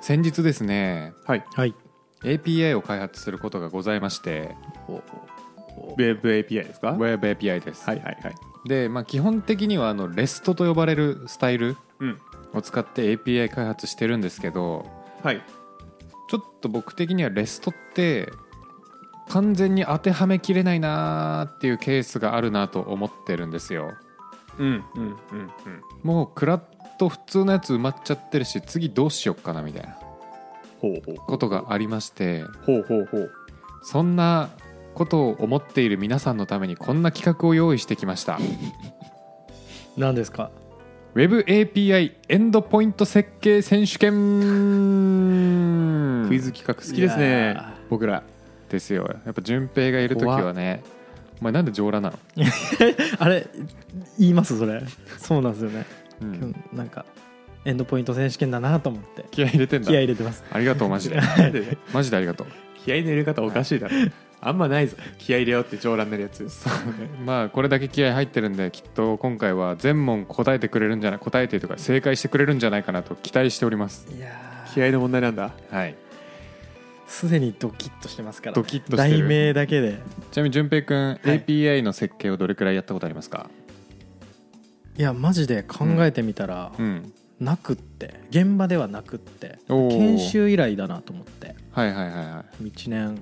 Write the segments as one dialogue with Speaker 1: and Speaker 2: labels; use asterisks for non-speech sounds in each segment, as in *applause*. Speaker 1: 先日ですね
Speaker 2: はい
Speaker 3: はい
Speaker 1: API を開発することがございまして
Speaker 2: ウェブ API ですかはい
Speaker 1: Web API です、
Speaker 2: はいはい
Speaker 1: で、まあ、基本的にはあの REST と呼ばれるスタイル
Speaker 2: うん
Speaker 1: を使って API 開発してるんですけど
Speaker 2: はい
Speaker 1: ちょっと僕的には REST って完全に当てはめきれないなーっていうケースがあるなと思ってるんですよ
Speaker 2: うんうんうんうん
Speaker 1: もうクラッと普通のやつ埋まっちゃってるし次どうしよっかなみたいな
Speaker 2: ほうほう
Speaker 1: ことがありまして
Speaker 2: ほうほうほう
Speaker 1: そんなことを思っている皆さんのためにこんな企画を用意してきました
Speaker 3: 何ですか
Speaker 1: Web API エンドポイント設計選手権
Speaker 2: クイズ企画好きです
Speaker 3: い
Speaker 2: ね
Speaker 3: や
Speaker 2: 僕ら
Speaker 1: ですよやっぱ順平がいる時はねお前なんで上裸なの、
Speaker 3: あれ言いますそれそうなんですよね、
Speaker 1: う
Speaker 3: 今
Speaker 1: ん、
Speaker 3: 日なんかエンドポイント選手権だなと思って
Speaker 1: 気合い入れてん
Speaker 3: 気
Speaker 1: だ
Speaker 3: 合い入れてます
Speaker 1: ありがとうマジでマジでありがとう
Speaker 2: 気合いの入れ方おかしいだろあんまないぞ気合い入れようって上乱になるやつ
Speaker 1: まあこれだけ気合い入ってるんできっと今回は全問答えてくれるんじゃない答えてとか正解してくれるんじゃないかなと期待しております
Speaker 3: いや
Speaker 2: 気合いの問題なんだ
Speaker 1: はい
Speaker 3: すでにドキッとしてますから
Speaker 1: ドキッとして
Speaker 3: 題
Speaker 1: る
Speaker 3: 名だけで
Speaker 1: ちなみに順平くん、
Speaker 3: い
Speaker 1: API の設計をどれくらいやったことありますか
Speaker 3: いやマジで考えてみたら、
Speaker 1: うん
Speaker 3: なくって現場ではなくって
Speaker 1: おー
Speaker 3: 研修以来だなと思って
Speaker 1: はいはいはいはい
Speaker 3: 1年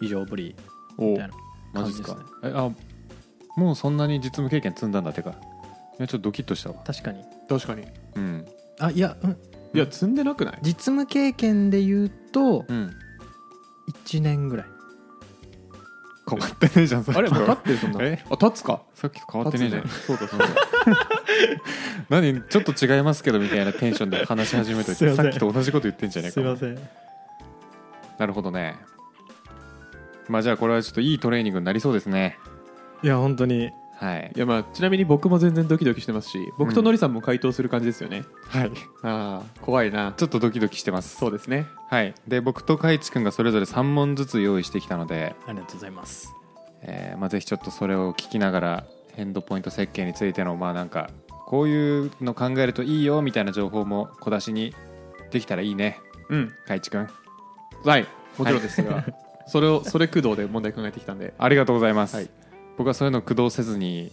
Speaker 3: 以上ぶり
Speaker 1: お
Speaker 3: みたいな
Speaker 1: マ
Speaker 3: 感
Speaker 1: ジ
Speaker 3: じ
Speaker 1: っ
Speaker 3: ですす
Speaker 1: かえ
Speaker 3: ね
Speaker 1: あもうそんなに実務経験積んだんだってかいやちょっとドキッとしたわ
Speaker 3: 確かに
Speaker 2: 確かに
Speaker 1: うん
Speaker 3: あいや、うん、
Speaker 2: いや積んでなくない
Speaker 3: 実務経験で言うと
Speaker 1: うん
Speaker 3: 1年ぐらい
Speaker 1: 困ってねえじゃんさっき
Speaker 2: あれ
Speaker 1: と
Speaker 2: 分
Speaker 1: *laughs*
Speaker 2: かってるそんな
Speaker 1: え
Speaker 2: あ立つか
Speaker 1: さっきと変わってねえじゃん、
Speaker 2: 立つねそうだそう
Speaker 1: 何ちょっと違いますけどみたいなテンションで話し始め *laughs* とい
Speaker 3: すい
Speaker 1: て
Speaker 3: ま
Speaker 1: さ
Speaker 3: せん
Speaker 1: っきと同じこと言ってんじゃねえか
Speaker 3: すいません
Speaker 1: なるほどねまあじゃあこれはちょっといいトレーニングになりそうですね
Speaker 3: いや本当に
Speaker 1: はい
Speaker 2: いやまあちなみに僕も全然ドキドキしてますし僕とのりさんも回答する感じですよね、
Speaker 1: はい
Speaker 2: ああ怖いな
Speaker 1: ちょっとドキドキしてます
Speaker 2: そうですね
Speaker 1: はいで僕と海地くんがそれぞれ3問ずつ用意してきたので、
Speaker 3: ありがとうございます
Speaker 1: えーまあ、ぜひちょっとそれを聞きながらエンドポイント設計についてのまあなんかこういうの考えるといいよみたいな情報も小出しにできたらいいね
Speaker 2: うん
Speaker 1: 海地くん
Speaker 2: はいもちろんですが、それをそれ駆動で問題考えてきたんで
Speaker 1: ありがとうございます、
Speaker 2: はい
Speaker 1: 僕はそういうの駆動せずに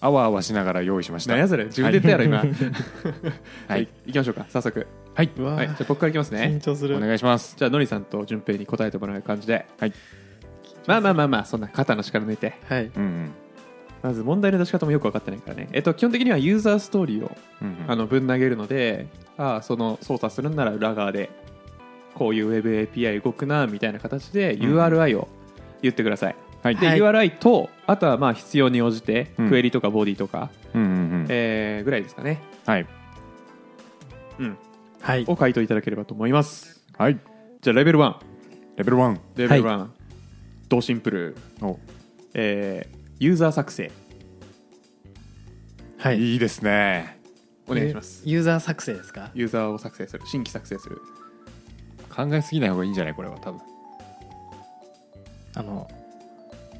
Speaker 1: あわあわしながら用意しました
Speaker 2: 何やそれ自分で言ったやろ今
Speaker 1: は
Speaker 2: *laughs* はいい、行きましょうか早速
Speaker 1: はい、
Speaker 3: うわー
Speaker 2: はいじゃあ僕からいきますね
Speaker 3: 緊張す
Speaker 1: お
Speaker 3: る
Speaker 1: 願いします
Speaker 2: じゃあのりさんと順平に答えてもらう感じで
Speaker 1: はい
Speaker 2: まあまあまあまあそんな肩の力抜いて
Speaker 3: はい
Speaker 1: うんうん
Speaker 2: まず問題の出し方もよく分かってないからねえっと基本的にはユーザーストーリーを
Speaker 1: うんうん
Speaker 2: あのぶん投げるのでああその操作するんなら裏側でこういう WebAPI 動くなみたいな形で
Speaker 1: うん
Speaker 2: URI を言ってください、
Speaker 1: はい
Speaker 2: で、
Speaker 3: はい
Speaker 2: URI とあとはまあ必要に応じて
Speaker 1: うん
Speaker 2: クエリとかボディとか、
Speaker 1: うんうんうん
Speaker 2: えーぐらいですかね、
Speaker 1: はい
Speaker 2: うん、
Speaker 3: はい
Speaker 2: を回答いただければと思います
Speaker 1: はい
Speaker 2: じゃあレベル1
Speaker 1: レベル1
Speaker 2: レベル1、ドシンプル、
Speaker 1: お
Speaker 2: えーユーザー作成
Speaker 3: はい
Speaker 1: いいですね
Speaker 2: お願いします
Speaker 3: ユーザー作成ですか
Speaker 2: ユーザーを作成する新規作成する
Speaker 1: 考えすぎない方がいいんじゃないこれは多分
Speaker 3: あの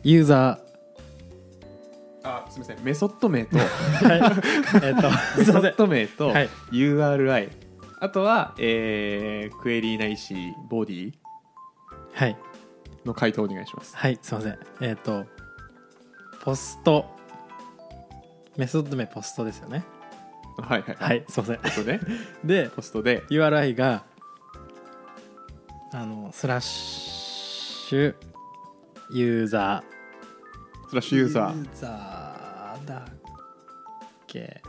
Speaker 3: ユーザ
Speaker 2: あすみませんメソッド名
Speaker 3: *laughs*
Speaker 2: と
Speaker 3: ーはいえっと
Speaker 2: メ *laughs*
Speaker 3: すい
Speaker 2: ソ
Speaker 3: ませ
Speaker 2: ッ
Speaker 3: ん
Speaker 2: ド名と
Speaker 3: はい
Speaker 2: URI あとは、えークエリーないしボディ
Speaker 3: はい
Speaker 2: の回答お願いします
Speaker 3: はいすいませんえっとポストメソッド名ポストですよね
Speaker 2: はいはい
Speaker 3: はいすいません
Speaker 2: ポストで
Speaker 3: で
Speaker 2: ポストで
Speaker 3: URI があのスラッシュユーザ
Speaker 2: スラッ
Speaker 3: ー
Speaker 2: シュユーザー
Speaker 3: ユーザーだっけ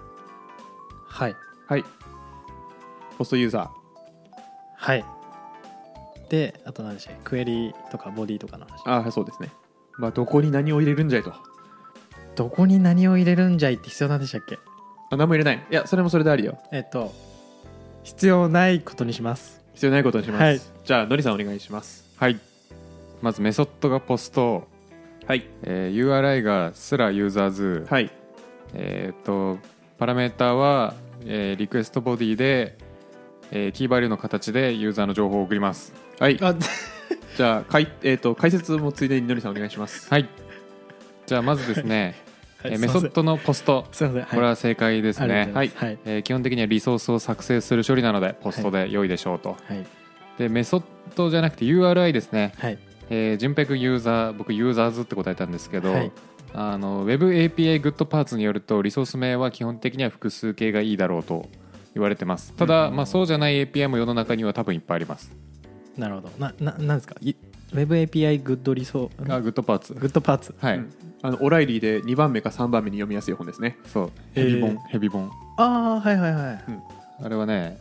Speaker 3: はい
Speaker 2: はいポストユーザ
Speaker 3: はいであと何でしたっけクエリとかボディとかの話
Speaker 2: ーああそうですねまあどこに何を入れるんじゃいと
Speaker 3: どこに何を入れるんじゃいって必要なんでしたっけ
Speaker 2: あ何も入れないいやそれもそれでありよ
Speaker 3: えっと必要ないことにします
Speaker 2: 必要ないことにします、
Speaker 3: はい
Speaker 2: じゃあのりさんお願いします
Speaker 1: はいまずメソッドがポスト、
Speaker 2: はい
Speaker 1: えー URI がスラユーザーズ、
Speaker 2: はい
Speaker 1: えーっとパラメーターは、えーリクエストボディで、えーキーバリューの形でユーザーの情報を送ります
Speaker 2: はい
Speaker 3: あ
Speaker 2: じゃあかい、えー、と解説もついでにのりさんお願いします
Speaker 1: はいじゃあまずですねえ
Speaker 3: はい
Speaker 1: ーメソッドのポスト
Speaker 3: すいません
Speaker 1: これは正解ですね、
Speaker 3: はいありがとうございます
Speaker 1: えー基本的にはリソースを作成する処理なのでポストで良いでしょうと、
Speaker 3: はいはい
Speaker 1: でメソッドじゃなくて URI ですね、
Speaker 3: はい
Speaker 1: えー、順平君ユーザー僕ユーザーズって答えたんですけど、
Speaker 3: はい
Speaker 1: あの WebAPIGoodParts によるとリソース名は基本的には複数形がいいだろうと言われてますただ、まあ、そうじゃない API も世の中には多分いっぱいあります
Speaker 3: なるほどなななんですかい Web API グッドリソ
Speaker 1: あ GoodParts
Speaker 3: グッドパーツ
Speaker 1: はい、
Speaker 2: うんあのオライリーで2番目か3番目に読みやすい本ですね
Speaker 1: そう
Speaker 3: えー
Speaker 1: ヘビボン、ヘビボン
Speaker 3: ああはいはいはい
Speaker 1: あれはね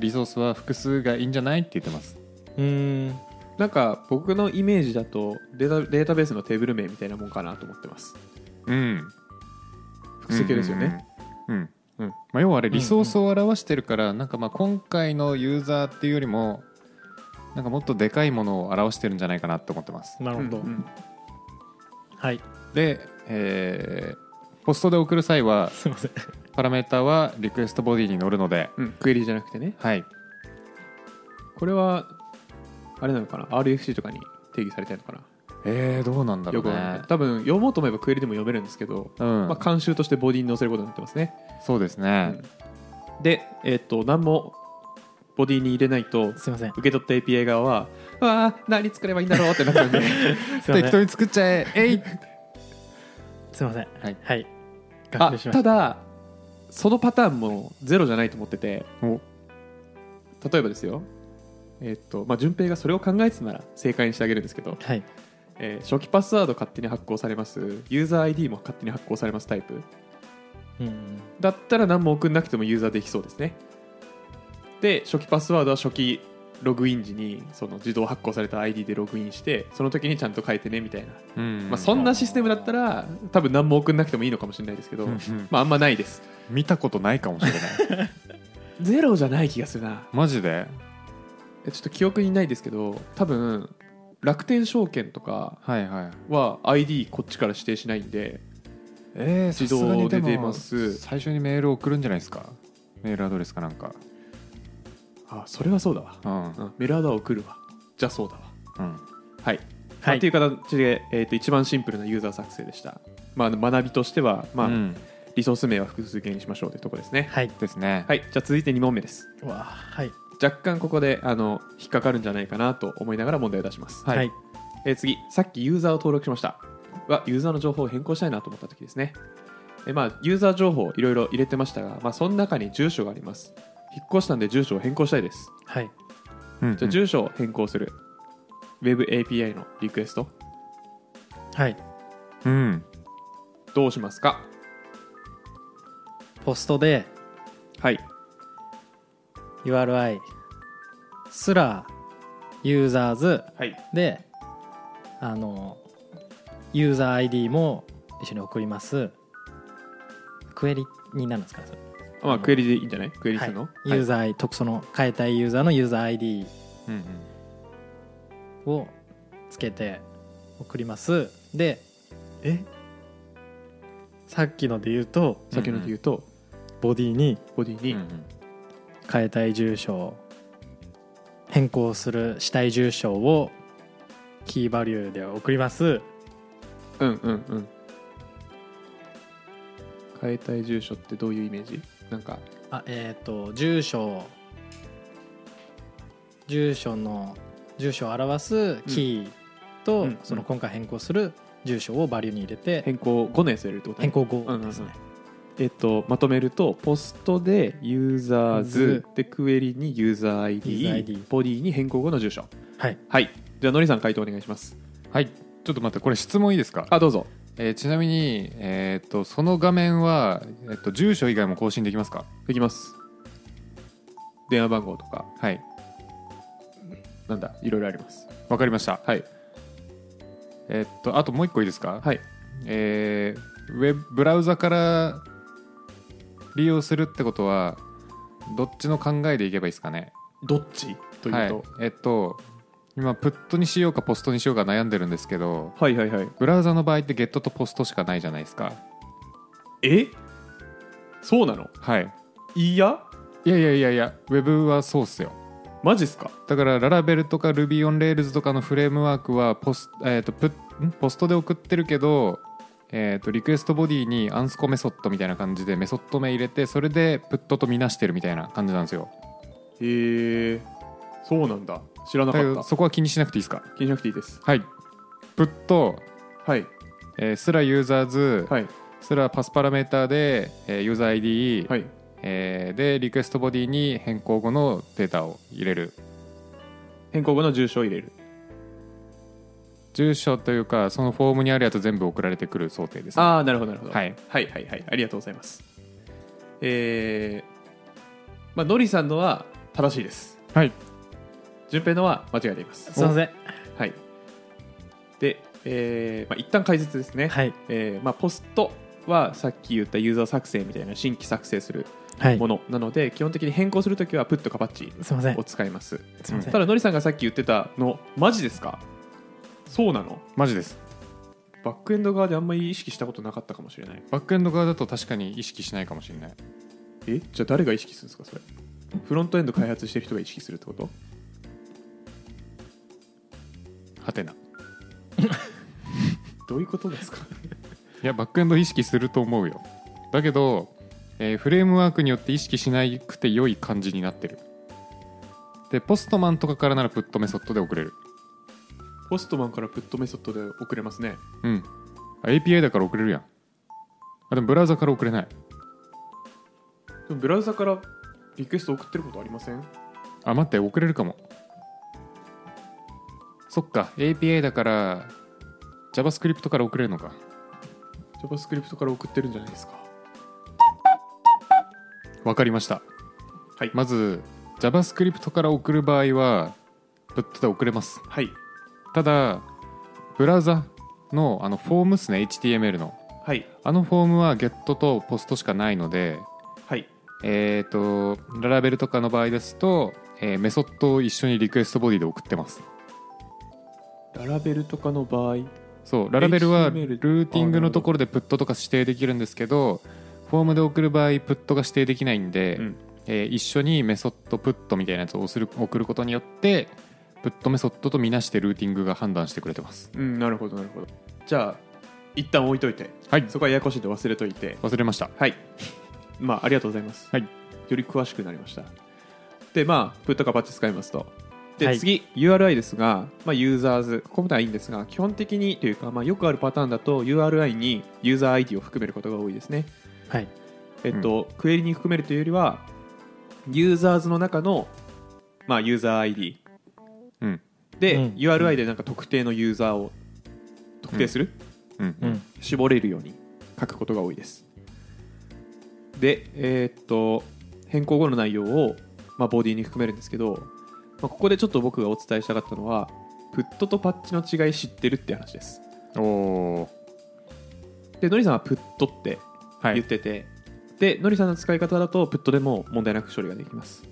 Speaker 1: リソースは複数がいいんじゃないって言ってます
Speaker 3: うーん
Speaker 2: なんか僕のイメージだとデータデータベースのテーブル名みたいなもんかなと思ってます
Speaker 1: うん
Speaker 2: 複数形ですよね、
Speaker 1: うんうんうん。
Speaker 2: うん
Speaker 1: まあ、要はあれリソースを表してるから、なんかまあ今回のユーザーっていうよりもなんかもっとでかいものを表してるんじゃないかなと思ってます。
Speaker 3: なるほど、
Speaker 2: うんうん
Speaker 3: はい
Speaker 1: で、えーポストで送る際は
Speaker 3: すいません
Speaker 1: パラメータはリクエストボディに乗るので、
Speaker 2: うんクエリじゃなくてね
Speaker 1: はい、
Speaker 2: これはあれなのかな RFC とかに定義されてるのかな
Speaker 1: えー、どうなんだろ
Speaker 2: よ
Speaker 1: う
Speaker 2: くわかんない
Speaker 1: ね。
Speaker 2: 多分読もうと思えばクエリでも読めるんですけど、
Speaker 1: うん
Speaker 2: まあ、慣習としてボディに載せることになってますね、
Speaker 1: そうですね、
Speaker 2: うんで、えっと何もボディに入れないと
Speaker 3: すいません
Speaker 2: 受け取った API 側は「わあ何作ればいいんだろう」ってなるん
Speaker 3: *laughs*
Speaker 2: で
Speaker 3: すいません
Speaker 1: 適当に作っちゃええ
Speaker 2: *laughs*
Speaker 1: い
Speaker 3: すいません
Speaker 1: はい
Speaker 3: はい学
Speaker 2: あ
Speaker 3: 習しました
Speaker 2: だそのパターンもゼロじゃないと思ってて
Speaker 1: お
Speaker 2: 例えばですよえっとまあ順平がそれを考えてたなら正解にしてあげるんですけど、
Speaker 3: たはい
Speaker 2: えー初期パスワード勝手に発行されますユーザー ID も勝手に発行されますタイプ
Speaker 3: うん
Speaker 2: だったら何も送んなくてもユーザーできそうですねで初期パスワードは初期ログイン時にその自動発行された ID でログインしてその時にちゃんと書いてねみたいな、
Speaker 1: うん
Speaker 2: まあ、そんなシステムだったら多分何も送んなくてもいいのかもしれないですけど、
Speaker 1: うんうん
Speaker 2: まああんまないです
Speaker 1: *laughs* 見たことないかもしれない
Speaker 2: ゼロじゃない気がするな
Speaker 1: マジで
Speaker 2: えちょっと記憶にないですけど多分楽天証券とか
Speaker 1: はいはい
Speaker 2: は ID こっちから指定しないんで
Speaker 1: えー、
Speaker 2: 自動で出ます
Speaker 1: さすがにでも最初にメール送るんじゃないですかメールアドレスかなんか
Speaker 2: あそれはそうだわ、
Speaker 1: うん、うん
Speaker 2: うんメルアドは送るわじゃあそうだわはい
Speaker 3: は
Speaker 2: はいい、っていう形で、えー、と一番シンプルなユーザー作成でした、まあ、あの学びとしては、まあ
Speaker 1: うん
Speaker 2: リソース名は複数形にしましょうというとこですね
Speaker 3: はい
Speaker 1: ですね、
Speaker 2: はいじゃあ続いて2問目です
Speaker 3: うわはい
Speaker 2: 若干ここであの引っかかるんじゃないかなと思いながら問題を出します、
Speaker 1: はい
Speaker 3: はい
Speaker 2: えー次さっきユーザーを登録しましたはユーザーの情報を変更したいなと思った時ですねえーまあユーザー情報をいろいろ入れてましたが、まあ、その中に住所があります引っ越したんで住所を変更したいです
Speaker 3: はい
Speaker 1: うん
Speaker 2: じゃあ住所を変更する、Web API のリクエスト
Speaker 3: はい
Speaker 1: うん
Speaker 2: どうしますか
Speaker 3: ポストで
Speaker 2: はい
Speaker 3: URI すらユーザーズ
Speaker 2: はい
Speaker 3: であのユーザー ID も一緒に送りますクエリになるんですかそれ
Speaker 2: まあ、クエリでいいんじゃないクエリす
Speaker 3: はい
Speaker 2: るの、はい
Speaker 3: ユーザー ID 特その変えたいユーザーのユーザー ID
Speaker 1: うんうん
Speaker 3: をつけて送りますでえさっきので言うと
Speaker 2: 先ので言うと、
Speaker 3: ボディに
Speaker 2: ボディ
Speaker 1: う
Speaker 2: に、
Speaker 1: んうん
Speaker 3: 変えたい住所を変更するしたい住所をキーバリューで送ります
Speaker 2: うん、うんうん変えたい住所ってどういうイメージなんか
Speaker 3: あえっ、と住所住所の住所を表すキーと、
Speaker 2: うんうん
Speaker 3: その今回変更する住所をバリューに入れて
Speaker 2: 変更5のやつやるってことね
Speaker 3: 変更後です
Speaker 2: うんうん
Speaker 3: ね、
Speaker 2: えっとまとめるとポストでユーザーズ
Speaker 3: ズ
Speaker 2: でクエリにユーザー ID,
Speaker 3: ユーザー ID
Speaker 2: ボディに変更後の住所
Speaker 3: はい
Speaker 2: はいじゃあのりさん回答お願いします
Speaker 1: はいちょっと待ってこれ質問いいですか、
Speaker 2: あどうぞ
Speaker 1: えーちなみに、えー、とその画面は、えー、と住所以外も更新できますか
Speaker 2: できます電話番号とか
Speaker 1: はい
Speaker 2: なんだいろいろあります
Speaker 1: わかりました
Speaker 2: はい
Speaker 1: えっ、とあともう一個いいですか
Speaker 2: はい
Speaker 1: えーウェブブラウザから利用するってことはどっちの考えでいけばいいですかね
Speaker 2: どっちというと、
Speaker 1: はい、えっと今プットにしようかポストにしようか悩んでるんですけど
Speaker 2: はい、はいはい
Speaker 1: ブラウザの場合ってゲットとポストしかないじゃないですか
Speaker 2: えそうなの
Speaker 1: はい
Speaker 2: いや
Speaker 1: いやいやいやいやウェブはそうっすよ
Speaker 2: マジっすか
Speaker 1: だからララベルとか RubyOnRails とかのフレームワークはポス,、えっとプッんポストで送ってるけどえー、とリクエストボディにアンスコメソッドみたいな感じでメソッド名入れてそれでプットとみなしてるみたいな感じなんですよ
Speaker 2: へえそうなんだ知らな
Speaker 1: だけ
Speaker 2: かっ
Speaker 1: ど
Speaker 2: た
Speaker 1: そこは気にしなくていいですか
Speaker 2: 気にしなくていいです
Speaker 1: はいプット、
Speaker 2: はい
Speaker 1: えーすらユーザーズ、
Speaker 2: はい
Speaker 1: すらパスパラメーターで、えーユーザー ID、
Speaker 2: はい
Speaker 1: えーでリクエストボディに変更後のデータを入れる
Speaker 2: 変更後の住所を入れる
Speaker 1: 住所というかそのフォームにあるやつ全部送られてくる想定です、ね、
Speaker 2: ああなるほどなるほど、
Speaker 1: はい
Speaker 2: はいはいはいありがとうございますえー、まあのりさんのは正しいです
Speaker 1: はい
Speaker 2: 順平のは間違いでいます
Speaker 3: すいません
Speaker 2: はいでえー、まあ一旦解説ですね、
Speaker 3: はい
Speaker 2: えーまあ、ポストはさっき言ったユーザー作成みたいな新規作成する
Speaker 3: はい
Speaker 2: ものなので、基本的に変更するときはプットかパッチ
Speaker 3: すいません
Speaker 2: を使います
Speaker 3: すいません
Speaker 2: ただのりさんがさっき言ってたのマジですかそうなの
Speaker 1: マジです
Speaker 2: バックエンド側であんまり意識したことなかったかもしれない
Speaker 1: バックエンド側だと確かに意識しないかもしれない
Speaker 2: えじゃあ誰が意識するんですかそれフロントエンド開発してる人が意識するってこと
Speaker 1: はてな
Speaker 2: どういうことですか *laughs*
Speaker 1: いやバックエンド意識すると思うよだけど、えーフレームワークによって意識しなくて良い感じになってるでポストマンとかからならプットメソッドで送れる
Speaker 2: ポストマンからプットメソッドで送れますね
Speaker 1: うんあ API だから送れるやんあでもブラウザから送れない
Speaker 2: でもブラウザからリクエスト送ってることありません
Speaker 1: あ待って遅れるかもそっか API だから JavaScript から送れるのか
Speaker 2: JavaScript から送ってるんじゃないですか
Speaker 1: わかりました
Speaker 2: はい、
Speaker 1: まず JavaScript から送る場合はプットで送れます
Speaker 2: はい
Speaker 1: ただブラウザのあのフォームですね HTML の
Speaker 2: はい
Speaker 1: あのフォームは GET と POST しかないので
Speaker 2: はい
Speaker 1: えっ、とララベルとかの場合ですと、えーメソッドを一緒にリクエストボディで送ってます
Speaker 2: ララベルとかの場合
Speaker 1: そうララベルは
Speaker 2: HTML
Speaker 1: ルーティングのところでプットとか指定できるんですけどフォームで送る場合プットが指定できないんで、
Speaker 2: うん
Speaker 1: えー一緒にメソッドプットみたいなやつをする送ることによってプットメソッドとみなしてルーティングが判断してくれてます
Speaker 2: うんなるほどなるほどじゃあ一旦置いといて
Speaker 1: はい
Speaker 2: そこはややこしいんで忘れといて
Speaker 1: 忘れました
Speaker 2: はいまあありがとうございます、
Speaker 1: はい
Speaker 2: より詳しくなりましたでまあプットかパッチ使いますとで、
Speaker 3: はい
Speaker 2: 次 URI ですが、まあ、ユーザーズここまではいいんですが基本的にというか、まあ、よくあるパターンだと URI にユーザー ID を含めることが多いですね
Speaker 3: はい
Speaker 2: えっと、クエリに含めるというよりはユーザーズの中の、まあ、ユーザー ID
Speaker 1: うん
Speaker 2: で、
Speaker 3: うん
Speaker 2: URI でなんか特定のユーザーを特定する、
Speaker 1: うん
Speaker 3: う
Speaker 1: うんん
Speaker 2: 絞れるように書くことが多いですでえーっと変更後の内容を、まあ、ボディに含めるんですけど、まあ、ここでちょっと僕がお伝えしたかったのはプットとパッチの違い知ってるって話です
Speaker 1: おー
Speaker 2: でのりさんはプットって
Speaker 1: は
Speaker 2: 言
Speaker 1: い、
Speaker 2: ってて、でのりさんの使い方だとプットでも問題なく処理ができます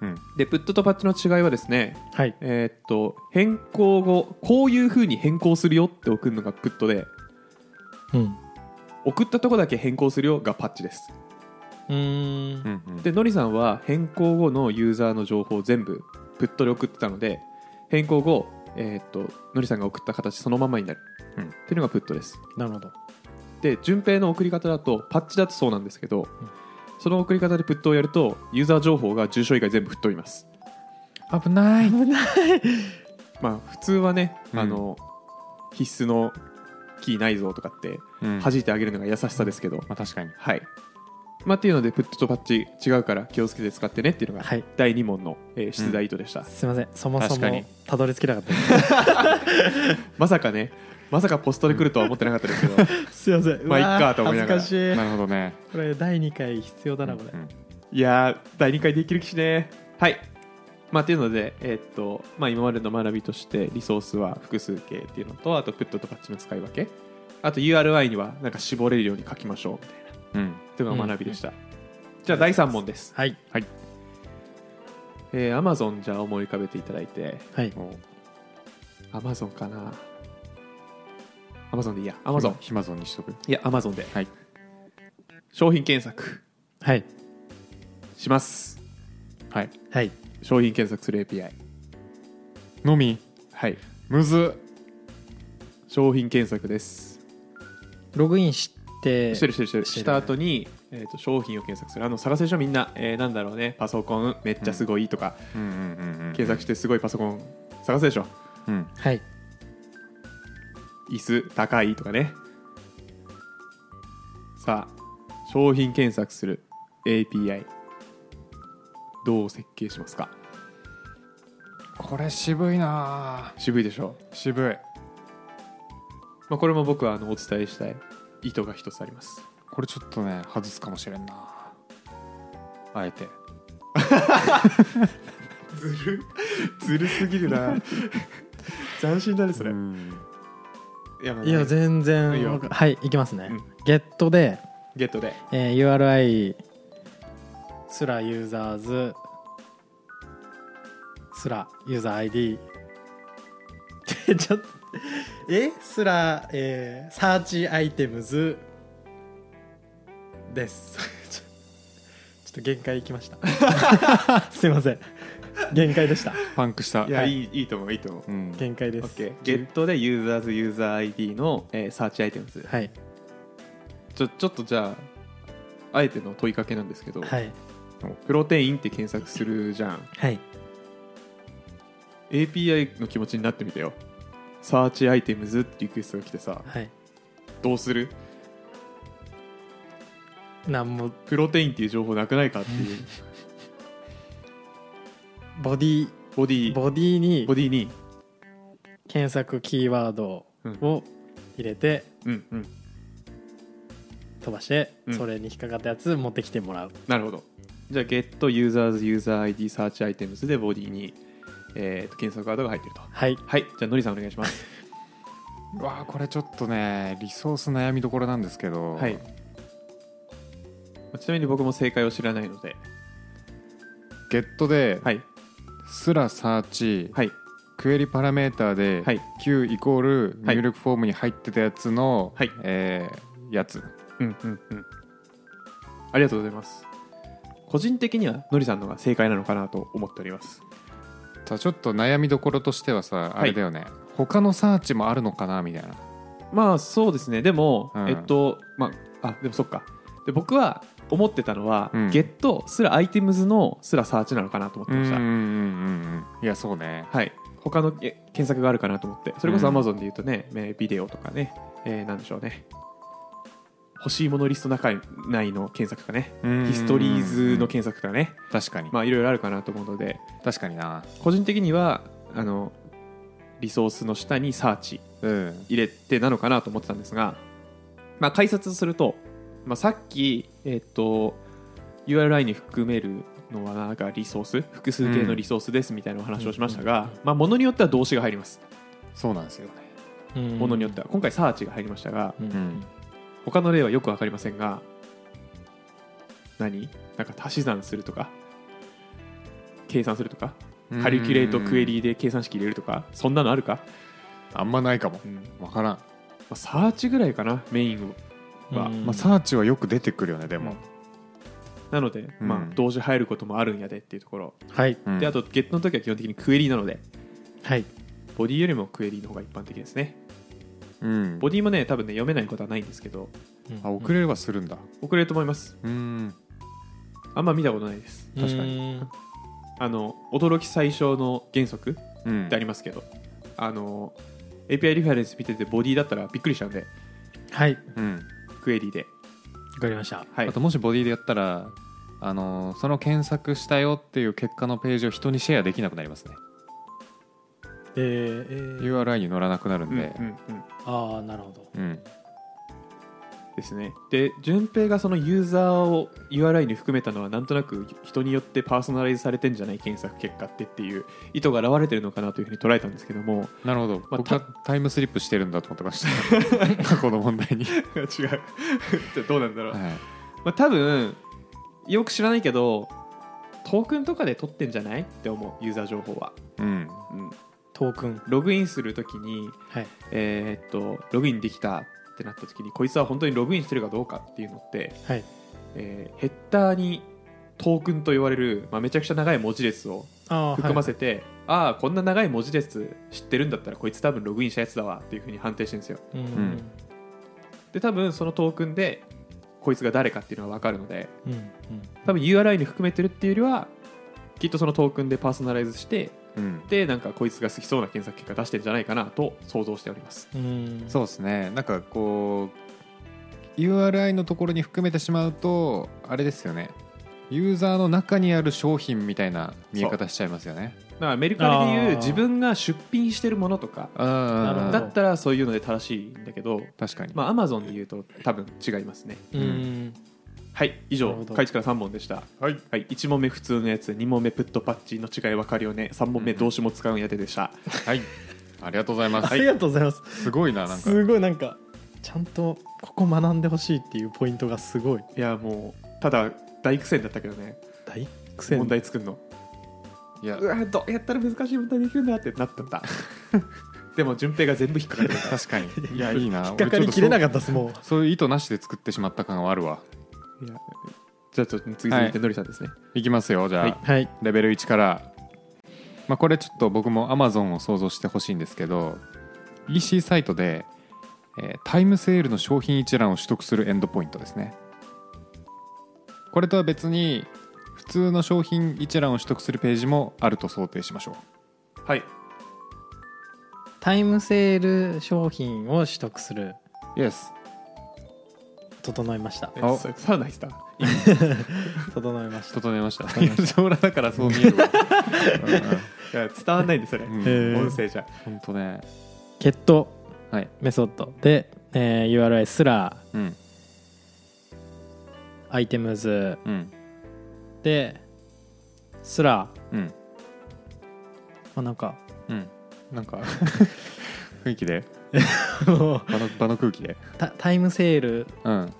Speaker 1: うん、
Speaker 2: でプットとパッチの違いはですね
Speaker 3: はい
Speaker 2: えーっと変更後こういうふうに変更するよって送るのがプットで
Speaker 3: うん
Speaker 2: 送ったとこだけ変更するよがパッチです
Speaker 3: うーん
Speaker 1: うんうん
Speaker 2: でのりさんは変更後のユーザーの情報を全部プットで送ってたので変更後、えーっとのりさんが送った形そのままになる、
Speaker 1: うん
Speaker 2: っていうのがプットです
Speaker 3: なるほど
Speaker 2: で順平の送り方だとパッチだとそうなんですけど、
Speaker 3: ん
Speaker 2: その送り方でプットをやるとユーザー情報が住所以外全部吹っ飛びます
Speaker 1: 危ない
Speaker 2: まあ普通はね、
Speaker 1: うん
Speaker 2: あの必須のキーないぞとかって *laughs*
Speaker 1: うん
Speaker 2: 弾いてあげるのが優しさですけど、
Speaker 1: まあ、確かに
Speaker 2: はいまあっていうのでプットとパッチ違うから気をつけて使ってねっていうのが
Speaker 3: はい
Speaker 2: 第2問の、えー出題意図でした、
Speaker 3: すいませんそもそ
Speaker 1: 確かに
Speaker 3: もたどり着けなかったです
Speaker 2: まさかねまさかポストで来るとは思ってなかったですけ
Speaker 1: *laughs*
Speaker 2: ど
Speaker 3: すいません
Speaker 2: まあ
Speaker 3: うわー
Speaker 2: いっかと思いながら
Speaker 3: 恥ず
Speaker 1: な
Speaker 3: かしい
Speaker 1: るほどね
Speaker 3: これ第2回必要だなこれ
Speaker 1: うんうん
Speaker 2: いやー第2回できる気しねはいまあっていうので、えーっとまあ、今までの学びとしてリソースは複数形っていうのとあとプットとパッチの使い分けあと URI にはなんか絞れるように書きましょうみたいな
Speaker 1: うん
Speaker 2: というのが学びでした、じゃあ第3問です、
Speaker 3: はい
Speaker 2: えー、Amazon じゃあ思い浮かべていただいて
Speaker 3: はい
Speaker 1: お
Speaker 2: Amazon かな Amazon でいいや
Speaker 1: ア
Speaker 2: Amazon
Speaker 1: ヒマゾンにしとく
Speaker 2: いや Amazon で、
Speaker 1: はい
Speaker 2: 商品検索
Speaker 3: はい
Speaker 2: します
Speaker 1: はい
Speaker 3: はい
Speaker 2: 商品検索する API
Speaker 1: のみ
Speaker 2: はい
Speaker 1: むずっ
Speaker 2: 商品検索です
Speaker 3: ログインして
Speaker 2: してるしてるしてる
Speaker 3: して
Speaker 2: し
Speaker 3: る
Speaker 2: た後に、えー、と商品を検索するあの探せるでしょみんな、えーなんだろうねパソコンめっちゃすごいとか、
Speaker 1: うんうんうんうん
Speaker 2: 検索してすごいパソコン探せるでしょ
Speaker 1: うん
Speaker 3: はい
Speaker 2: 椅子高いとかねさあ商品検索する API どう設計しますか
Speaker 1: これ渋いな
Speaker 2: 渋いでしょ
Speaker 1: ぁ渋い
Speaker 2: まあ、これも僕はあのお伝えしたい意図が一つあります
Speaker 1: これちょっとね外すかもしれんなあえて
Speaker 2: ずるずるすぎるな斬新だねそれ、
Speaker 1: うん
Speaker 2: いやまあ
Speaker 3: いや全
Speaker 2: いい
Speaker 3: 然
Speaker 2: よ
Speaker 3: わかはいいきますね、
Speaker 2: うん
Speaker 3: ゲットで、
Speaker 2: ゲットで
Speaker 3: えー URI すらユーザーズすらユーザー ID で *laughs* ちょっとえすら、えーサーチアイテムズです *laughs* ちょちょっと限界いきました *laughs* すいません限界でした
Speaker 1: パンクした
Speaker 2: いや、
Speaker 3: はい
Speaker 2: い、いいいと思ういいと思う
Speaker 1: うん、
Speaker 3: 限界です
Speaker 2: OK ゲットでユーザーズユーザー ID の、えーサーチアイテムズ、
Speaker 3: はい
Speaker 2: ちょちょっとじゃああえての問いかけなんですけど、
Speaker 3: はい
Speaker 2: プロテインって検索するじゃん
Speaker 3: はい
Speaker 2: API の気持ちになってみてよサーチアイテムズってリクエストが来てさ
Speaker 3: はい
Speaker 2: どうする
Speaker 3: なんも
Speaker 2: プロテインっていう情報なくないかって *laughs* いう
Speaker 3: ボディ
Speaker 2: ボディ
Speaker 3: ボディに
Speaker 2: ボディに
Speaker 3: 検索キーワード
Speaker 2: うん
Speaker 3: を入れて
Speaker 2: うんうん
Speaker 3: 飛ばして、
Speaker 2: うん
Speaker 3: それに引っかかったやつ持ってきてもらう
Speaker 2: なるほどじゃあ Get Users User ID Search Items でボディに、えーと検索ワードが入ってると
Speaker 3: はい
Speaker 2: はいじゃあのりさんお願いします
Speaker 1: うわあこれちょっとねリソース悩みどころなんですけど、
Speaker 2: はいちなみに僕も正解を知らないので
Speaker 1: ゲットで
Speaker 2: はい
Speaker 1: すらサーチ、
Speaker 2: はい
Speaker 1: クエリパラメーターで、
Speaker 2: はい
Speaker 1: Q イコール
Speaker 2: はい
Speaker 1: 入力フォームに入ってたやつの、
Speaker 2: はい
Speaker 1: えーやつ
Speaker 2: うんうんうんありがとうございます個人的にはのりさんのが正解なのかなと思っております
Speaker 1: ただちょっと悩みどころとしてはさあれだよね、他のサーチもあるのかなみたいな
Speaker 2: まあそうですねでも、
Speaker 1: うん
Speaker 2: えっとまああでもそっかで僕は思ってたのは、
Speaker 1: うん
Speaker 2: ゲットすらアイテムズのすらサーチなのかなと思って
Speaker 1: うんう
Speaker 2: まし
Speaker 1: んう
Speaker 2: た、
Speaker 1: んうんうんいやそうね
Speaker 2: はい他のえ検索があるかなと思ってそれこそ
Speaker 1: うん
Speaker 2: Amazon で言うとね、えービデオとかね、えーなんでしょうね欲しいものリスト中内の検索とかねヒ
Speaker 1: ヒ
Speaker 2: ストリーズの検索とかね
Speaker 1: 確かに、
Speaker 2: まあいろいろあるかなと思うので
Speaker 1: 確かにな
Speaker 2: 個人的にはあのリソースの下にサーチ
Speaker 1: うん
Speaker 2: 入れてなのかなと思ってたんですが、まあ、解説すると、まあ、さっき、えっと URI に含めるのはなんかリソース複数形のリソースですみたいなお話をしましたが、まあ、ものによっては動詞が入ります
Speaker 1: そうなんですよね
Speaker 3: うん
Speaker 2: ものによっては今回サーチが入りましたが
Speaker 3: うん
Speaker 1: うん
Speaker 2: 他の例はよく分かりませんが何なんか足し算するとか計算するとかカリキュレートクエリーで計算式入れるとかそんなのあるか、
Speaker 1: あんまないかも
Speaker 2: うんま
Speaker 1: わからん、
Speaker 2: あ、サーチぐらいかなメインは、
Speaker 3: うん
Speaker 1: まあ、サーチはよく出てくるよねで
Speaker 2: う
Speaker 1: も
Speaker 2: ん、なので、
Speaker 1: うん
Speaker 2: まあ、同時入ることもあるんやでっていうところ、
Speaker 3: はい
Speaker 1: うん
Speaker 2: であとゲットの時は基本的にクエリーなので
Speaker 3: はい
Speaker 2: ボディよりもクエリーの方が一般的ですね
Speaker 1: うん
Speaker 2: ボディもね多分ね読めないことはないんですけど
Speaker 1: あ遅れればするんだ
Speaker 2: 遅れると思います
Speaker 1: うん
Speaker 2: あんま見たことないです
Speaker 3: うん
Speaker 1: 確かに
Speaker 3: うん
Speaker 2: あの驚き最小の原則
Speaker 1: うん
Speaker 2: ってありますけど、あの API リファレンス見ててボディだったらびっくりしちゃうんで
Speaker 3: はいわ
Speaker 1: うん
Speaker 2: クエリーで
Speaker 3: かりました
Speaker 2: はい
Speaker 1: あともしボディでやったらあのーその検索したよっていう結果のページを人にシェアできなくなりますね、
Speaker 3: えーえー
Speaker 1: URI に載らなくなるん
Speaker 2: うんうん
Speaker 1: で
Speaker 2: うん
Speaker 3: ああなるほど
Speaker 1: うん、
Speaker 2: ですねで順平がそのユーザーを URI に含めたのはなんとなく人によってパーソナライズされてんじゃない検索結果ってっていう意図が表れてるのかなというふうに捉えたんですけども
Speaker 1: なるほど、
Speaker 2: あ
Speaker 1: 僕がタイムスリップしてるんだと思ってました *laughs* 過去の問題に、は
Speaker 2: *laughs* 違う *laughs* じゃあどうなんだろ
Speaker 1: い、
Speaker 2: う、まあ、多分よく知らないけどトークンとかで取ってんじゃないって思うユーザー情報は、
Speaker 1: うん
Speaker 2: うん、
Speaker 3: トークン
Speaker 2: ログインするときに
Speaker 3: はい
Speaker 2: えーっとログインできたってなった時にこいつは本当にログインしてるかどうかっていうのって、
Speaker 3: はい
Speaker 2: えーヘッダーにトークンと言われる、まあ、めちゃくちゃ長い文字列を
Speaker 3: あー
Speaker 2: 含ま
Speaker 3: はい
Speaker 2: せて、ああこんな長い文字列知ってるんだったらこいつ多分ログインしたやつだわっていうふうに判定してるんですよ
Speaker 3: うん
Speaker 1: ん
Speaker 2: で多分そのトークンでこいつが誰かっていうのが分かるので
Speaker 3: うんうん
Speaker 2: 多分 URI に含めてるっていうよりはきっとそのトークンでパーソナライズして
Speaker 1: うん、
Speaker 2: でなんかこいつが好きそうな検索結果出してるんじゃないかなと想像しております
Speaker 3: うん
Speaker 1: そうですねなんかこう URI のところに含めてしまうとあれですよねユーザーの中にある商品みたいな見え方しちゃいますよね
Speaker 2: だからメルカリでい
Speaker 3: あ
Speaker 2: う
Speaker 3: ー
Speaker 2: 自分が出品してるものとか
Speaker 1: うんうん
Speaker 3: なる
Speaker 1: う
Speaker 3: ほ
Speaker 1: ん
Speaker 3: ど
Speaker 2: だったらそういうので正しいんだけど
Speaker 1: 確かに、
Speaker 2: まあアマゾンで言うと多分違いますね
Speaker 3: うんうん
Speaker 2: はい以
Speaker 3: な
Speaker 2: 上
Speaker 3: るほど
Speaker 2: カイチから3問でした
Speaker 1: はい
Speaker 2: はい、1問目普通のやつ2問目プットパッチの違い分かるよね3問目動詞も使うんやででした、
Speaker 1: はいありがとうございます、
Speaker 3: ありがとうございます
Speaker 1: すごいななんか
Speaker 3: すごいなんかちゃんとここ学んでほしいっていうポイントがすごい
Speaker 2: いやもうただ大苦戦だったけどね
Speaker 3: 大苦戦
Speaker 2: 問題作るの
Speaker 1: いや
Speaker 2: うわどうやったら難しい問題できるんだってなったんだ *laughs* でも順平が全部引っかかってるから
Speaker 1: 確かにいやいいな
Speaker 3: 引っかかりきれな
Speaker 1: か
Speaker 3: かったですもう
Speaker 1: そういう意図なしで作ってしまった感はあるわ
Speaker 2: いやじゃあちょっと次続いてのりさんですね、
Speaker 1: いきますよじゃあ、
Speaker 2: はい
Speaker 3: はい
Speaker 1: レベル1から、まあ、これちょっと僕も Amazon を想像してほしいんですけど EC サイトで、えータイムセールの商品一覧を取得するエンドポイントですねこれとは別に普通の商品一覧を取得するページもあると想定しましょ
Speaker 2: はい
Speaker 3: タイムセール商品を取得する
Speaker 1: う Yes
Speaker 3: 整いました
Speaker 2: え
Speaker 1: あ
Speaker 2: それサウナした
Speaker 3: 整いました
Speaker 1: 整えました *laughs*
Speaker 3: 整えま
Speaker 1: ソーラだから
Speaker 2: *laughs*
Speaker 1: そう見える *laughs* わ
Speaker 2: いや伝わんないんでそれ、
Speaker 1: うんうん
Speaker 3: えー
Speaker 2: 音声じゃ
Speaker 1: 本当ね
Speaker 3: ゲット
Speaker 1: はい
Speaker 3: メソッドで、えー URI スラー
Speaker 1: うん
Speaker 3: アイテムズ
Speaker 1: うん
Speaker 3: でスラー
Speaker 1: うん
Speaker 3: あなん *laughs* か
Speaker 1: うんなんか *laughs* 雰囲気で
Speaker 3: も
Speaker 1: 場
Speaker 3: う
Speaker 1: の場の空気で
Speaker 3: タタイムセール
Speaker 1: うん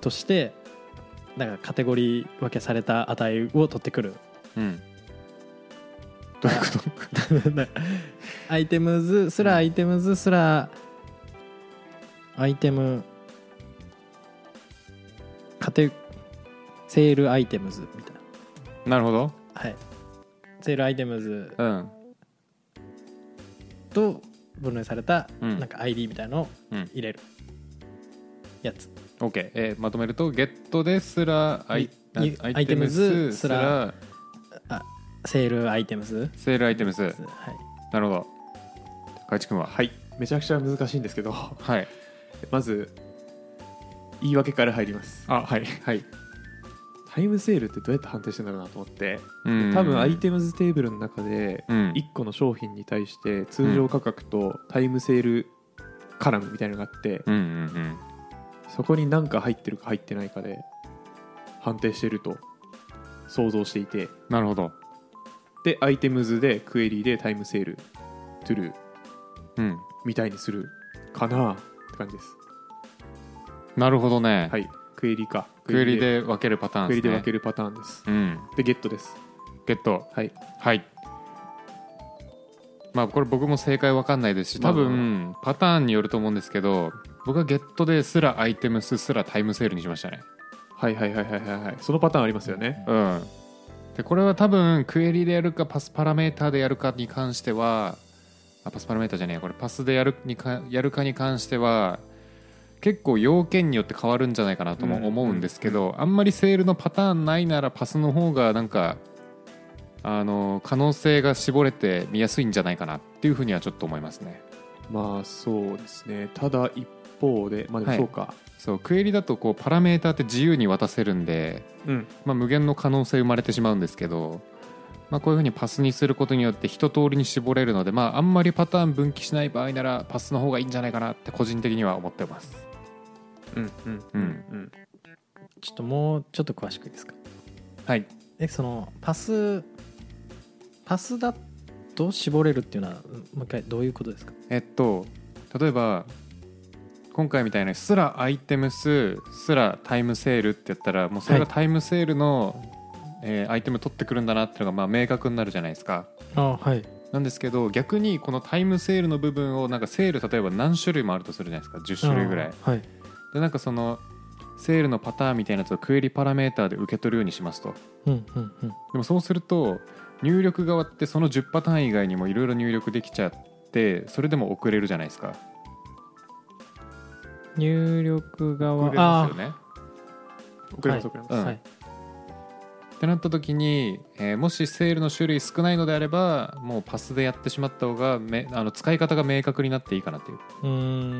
Speaker 3: としてなんかカテゴリー分けされた値を取ってくる
Speaker 1: うんどういうこと
Speaker 3: アイテムズスラーアイテムズスラーアイテムカテセールアイテムズみたい
Speaker 1: な
Speaker 3: な
Speaker 1: るほど。
Speaker 3: はいセールアイテムズ
Speaker 1: うん。
Speaker 3: と分類された
Speaker 1: うん
Speaker 3: なんか ID みたいのを
Speaker 1: うん
Speaker 3: 入れるやつ
Speaker 1: OK。えーまとめると、ゲットですら、アイ
Speaker 3: いい
Speaker 1: あアイテム
Speaker 3: アイテム
Speaker 1: ズ
Speaker 3: ズ
Speaker 1: す
Speaker 3: す
Speaker 1: ら
Speaker 3: ら、セールアイテムズ
Speaker 1: セールアイテムズ。
Speaker 3: はい
Speaker 1: なるほど。かいちくんは。
Speaker 2: はいめちゃくちゃ難しいんですけど
Speaker 1: はい。
Speaker 2: まず言い訳から入ります
Speaker 1: あ、はい。はい。
Speaker 2: タイムセールってどうやって判定してんだろうなと思って
Speaker 1: うん
Speaker 2: 多分アイテムズテーブルの中で
Speaker 1: うん。
Speaker 2: 1個の商品に対して通常価格とタイムセールカラムみたいなのがあって
Speaker 1: うんうん
Speaker 2: そこに何か入ってるか入ってないかで判定してると想像していて
Speaker 1: うん。なるほど。
Speaker 2: でアイテムズでクエリでタイムセールトゥルー
Speaker 1: うん。
Speaker 2: みたいにするかなって感じです
Speaker 1: なるほどね。
Speaker 2: はいクエリか
Speaker 1: クエリで分けるパターン
Speaker 2: ク
Speaker 1: で
Speaker 2: エ
Speaker 1: す
Speaker 2: リ
Speaker 1: ね。
Speaker 2: で分けるパターンです
Speaker 1: うん。
Speaker 2: でゲットです
Speaker 1: ゲット。
Speaker 2: はい
Speaker 1: はい。まあこれ僕も正解わかんないですし多分パターンによると思うんですけど僕はゲットですらアイテムスすらタイムセールにしましたね
Speaker 2: はいはいはいはいはいはいそのパターンありますよね
Speaker 1: うん、でこれは多分クエリでやるかパスパラメーターでやるかに関してはあパスパラメーターじゃねえこれパスでやるにかやるかに関しては結構要件によって変わるんじゃないかなとも思うんですけど、あんまりセールのパターンないならパスの方がなんかあの可能性が絞れて見やすいんじゃないかなっていうふうにはちょっと思いますね。
Speaker 2: まあそうですねただ一方でまあでもそうか、
Speaker 1: そうクエリだとこうパラメーターって自由に渡せるんで
Speaker 2: うん
Speaker 1: まあ、無限の可能性生まれてしまうんですけど、まあ、こういうふうにパスにすることによって一通りに絞れるので、まあ、あんまりパターン分岐しない場合ならパスの方がいいんじゃないかなって個人的には思ってます
Speaker 2: うんうん
Speaker 1: うん
Speaker 2: うん
Speaker 3: ちょっともうちょっと詳しくいいですか
Speaker 1: はい
Speaker 3: えそのパスパスだと絞れるっていうのはもう一回どういうことですか
Speaker 1: えっと例えば今回みたいなすらアイテム数すらタイムセールってやったらもうそれが
Speaker 3: は
Speaker 1: タイムセールの、えーアイテム取ってくるんだなっていうのがまあ明確になるじゃないですか
Speaker 3: あはい
Speaker 1: なんですけど逆にこのタイムセールの部分をなんかセール例えば何種類もあるとするじゃないですか10種類ぐらい
Speaker 3: はい
Speaker 1: でなんかそのセールのパターンみたいなやつをクエリパラメーターで受け取るようにしますと
Speaker 3: うんうんうん
Speaker 1: でもそうすると入力側ってその10パターン以外にもいろいろ入力できちゃってそれでも遅れるじゃないですか
Speaker 3: 入力側
Speaker 1: 送れますよね
Speaker 2: 送れます送れます、
Speaker 1: うん
Speaker 3: はい
Speaker 1: ってなった時に、えーもしセールの種類少ないのであればもうパスでやってしまった方がめあの使い方が明確になっていいかなっていう、
Speaker 3: うー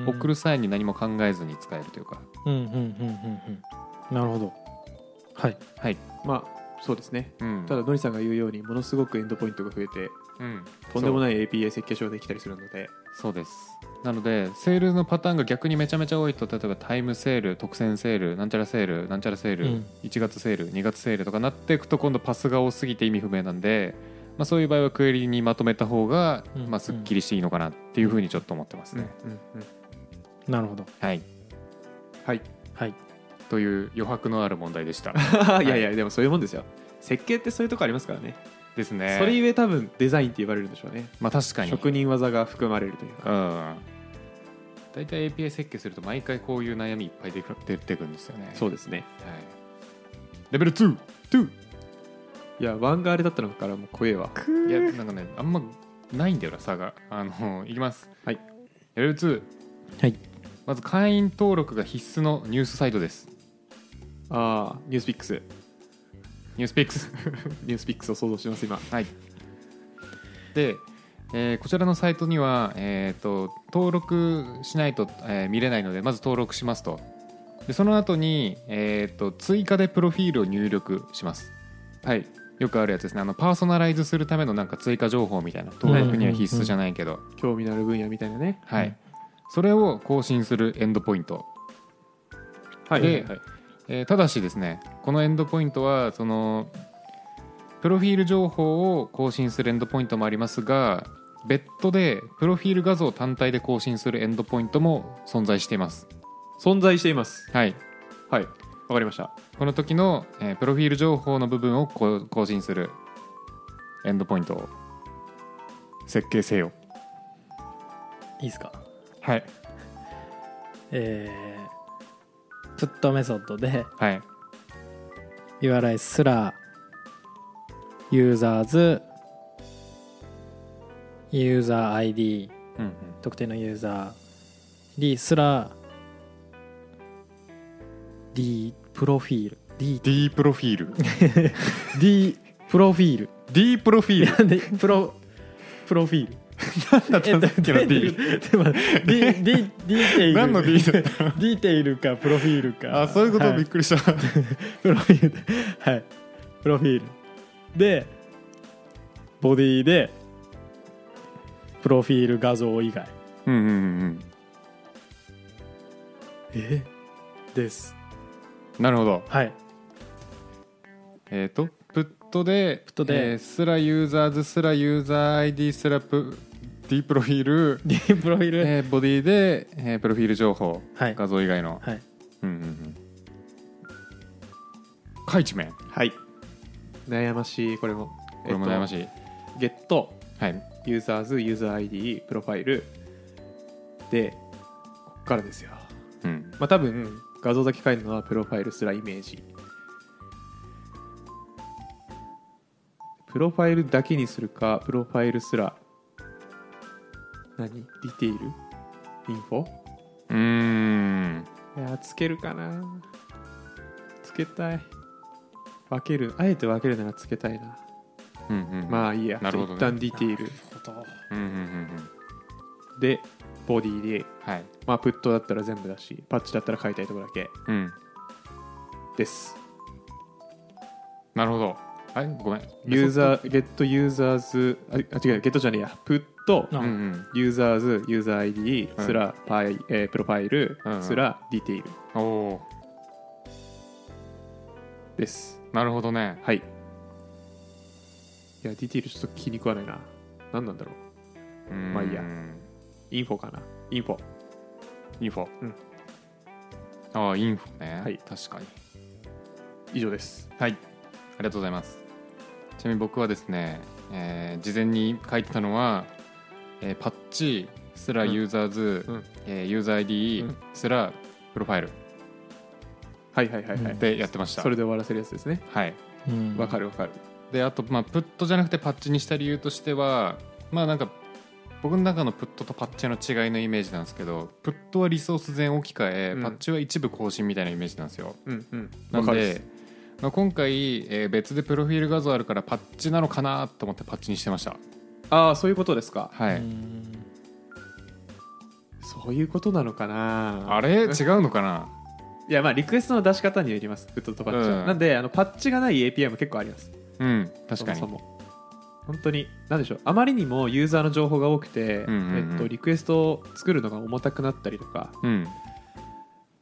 Speaker 3: ん
Speaker 1: 送る際に何も考えずに使えるというか
Speaker 3: うんうんうんうんうんなるほどはい
Speaker 1: はい、
Speaker 2: まあそうですね
Speaker 1: うん、
Speaker 2: ただ、のりさんが言うように、ものすごくエンドポイントが増えて、
Speaker 1: うん、
Speaker 2: とんでも
Speaker 1: い
Speaker 2: ない API 設計書ができたりするので、
Speaker 1: そうですなのでセールのパターンが逆にめちゃめちゃ多いと例えばタイムセール特選セールなんちゃらセールなんちゃらセール、
Speaker 3: うん
Speaker 1: 1月セール2月セールとかなっていくと今度パスが多すぎて意味不明なんで、まあ、そういう場合はクエリにまとめた方が、
Speaker 3: うん
Speaker 1: まあ、すっきりしていいのかなっていうふうにちょっと思ってますね、
Speaker 2: うんうん
Speaker 3: なるほど
Speaker 1: はい
Speaker 2: はい。 *laughs*
Speaker 3: はい
Speaker 1: という余白のある問題でしたい
Speaker 2: いやいや、でもそういうもんですよ。設計ってそういうとこありますからね。
Speaker 1: ですね
Speaker 2: それゆえ多分デザインって言われるんでしょうね。
Speaker 1: まあ確かに
Speaker 2: 職人技が含まれるというか。
Speaker 1: うん大体 API 設計すると毎回こういう悩みいっぱい出てく出てくるんですよね、
Speaker 2: そううですね。
Speaker 1: はい、レベル 2!
Speaker 2: いや、ワンがあれだったのからもう怖えわ。
Speaker 1: いやなんかねあんまないんだよな差があのいきます
Speaker 2: はい
Speaker 1: レベル2
Speaker 3: はい
Speaker 1: まず会員登録が必須のニュースサイトです
Speaker 2: ああ、ニュースピックス。
Speaker 1: ニュースピックス
Speaker 3: *laughs*
Speaker 2: ニュースピックスを想像してます、今。
Speaker 1: はいで、えーこちらのサイトには、えー、と登録しないと、えー見れないのでまず登録しますとでその後に、えー、と追加でプロフィールを入力しますはいよくあるやつですねあのパーソナライズするためのなんか追加情報みたいな登録には必須じゃないけど、
Speaker 2: 興味のある分野みたいなね。
Speaker 1: はい、
Speaker 3: うん
Speaker 1: それを更新するエンドポイント、
Speaker 2: はい。
Speaker 1: で
Speaker 2: はい
Speaker 1: えーただしですねこのエンドポイントはそのプロフィール情報を更新するエンドポイントもありますが別途でプロフィール画像単体で更新するエンドポイントも存在しています
Speaker 2: 存在しています。
Speaker 1: はい
Speaker 2: はい。わかりました。
Speaker 1: この時の、えープロフィール情報の部分をこう更新するエンドポイントを設計せよ
Speaker 3: いいですか
Speaker 1: はい
Speaker 3: えー、プットメソッドで
Speaker 1: はい
Speaker 3: URI すらユーザーズユーザー ID
Speaker 1: うんうん
Speaker 3: 特定のユーザー D すら D プロフィール D
Speaker 1: D プロフィール
Speaker 3: D プロフィール
Speaker 1: D プロフィール
Speaker 3: なんでプロプロフィール
Speaker 1: だったんだっけな D
Speaker 3: でも D D D テイル
Speaker 1: 何の D だっ
Speaker 3: D テイルかプロフィール
Speaker 1: た
Speaker 3: か
Speaker 1: あそういうこと
Speaker 3: は
Speaker 1: びっくりした
Speaker 3: プロフィールではいプロフィールでボディでプロフィール画像以外
Speaker 1: うんうんうん
Speaker 3: えです
Speaker 1: うんなるほど
Speaker 3: はい
Speaker 1: えっ、とプットで
Speaker 3: プットで
Speaker 1: えースラユーザーズスラユーザー ID スラプ D プロフィール、
Speaker 3: でプロフィール、
Speaker 1: えーボディで、えープロフィール情報、
Speaker 3: はい
Speaker 1: 画像以外の、
Speaker 3: はい
Speaker 1: うんうんうんかいちめんこ
Speaker 2: はい。悩ましい、これも。
Speaker 1: れも悩ま
Speaker 2: い。
Speaker 1: しい、
Speaker 2: ゲット、
Speaker 1: はい
Speaker 2: ユーザーズ、ユーザー ID、プロファイル。で、こっからですよ。
Speaker 1: うん
Speaker 2: まあ多分、画像だけ変えるのはプロファイルすらイメージ。プロファイルだけにするか、プロファイルすら、何ディテールインフォ
Speaker 1: うーん
Speaker 2: いやー、つけるかな。つけたい。分ける。あえて分けるならつけたいな。
Speaker 1: うんうん
Speaker 2: ま
Speaker 1: あ
Speaker 2: あいいや。
Speaker 1: なるほどね
Speaker 2: じゃあ一旦ディテール。
Speaker 1: うんうんうんうん
Speaker 2: で、ボディで、
Speaker 1: はい
Speaker 2: まあ、プットだったら全部だし、パッチだったら変えたいところだけ
Speaker 1: うん
Speaker 2: です。
Speaker 1: なるほどはいごめん
Speaker 2: ユーザ
Speaker 1: ー
Speaker 2: ー、ゲットユーザーズ、あ、あ違う、ゲットじゃねえや、プット、
Speaker 1: う
Speaker 3: あ
Speaker 1: んうん
Speaker 2: ユーザーズ、ユーザー ID
Speaker 1: うん
Speaker 2: すら、パイえープロファイル
Speaker 1: うんうん
Speaker 2: すら、ディテール
Speaker 1: おお
Speaker 2: です。
Speaker 1: ーなるほどね
Speaker 2: はい。いや、ディテールちょっと気に食わないな。何なんだろう。まあいいやインフォかな。インフォ。
Speaker 1: インフォ、
Speaker 2: うん
Speaker 1: ああインフォね、
Speaker 2: はい
Speaker 1: 確かに
Speaker 2: 以上です。
Speaker 1: はいありがとうございますちなみに僕はですね、えー事前に書いてたのは、えーパッチすら
Speaker 2: うん
Speaker 1: ユーザーズ、
Speaker 2: うん
Speaker 1: えーユーザー ID
Speaker 2: うん
Speaker 1: すらプロファイル
Speaker 2: はいはいはいはい。
Speaker 1: でやってました、
Speaker 2: それで終わらせるやつですね。
Speaker 1: はい
Speaker 3: うん
Speaker 2: わかるわかる。
Speaker 1: であと、まあ、プットじゃなくてパッチにした理由としてはまあなんか僕の中のプットとパッチェの違いのイメージなんですけどプットはリソース全置き換え、
Speaker 2: うん
Speaker 1: パッチは一部更新みたいなイメージなんですよ
Speaker 2: うんうん
Speaker 1: な
Speaker 2: わ
Speaker 1: ん
Speaker 2: か
Speaker 1: で
Speaker 2: るっす
Speaker 1: まあ、今回、えー別でプロフィール画像あるからパッチなのかなと思ってパッチにしてました
Speaker 2: ああそういうことですか
Speaker 1: はい、
Speaker 3: うん
Speaker 2: そういうことなのかな
Speaker 1: あれ違うのかない
Speaker 2: やまあリクエストの出し方によりますフットとパッチは、
Speaker 1: うん
Speaker 2: なんであのパッチがない API も結構あります
Speaker 1: うん確かに
Speaker 2: そもそも本当に何でしょうあまりにもユーザーの情報が多く
Speaker 1: んう
Speaker 2: て、
Speaker 1: んうん
Speaker 2: えっと、リクエストを作るのが重たくなったりとか、
Speaker 1: うん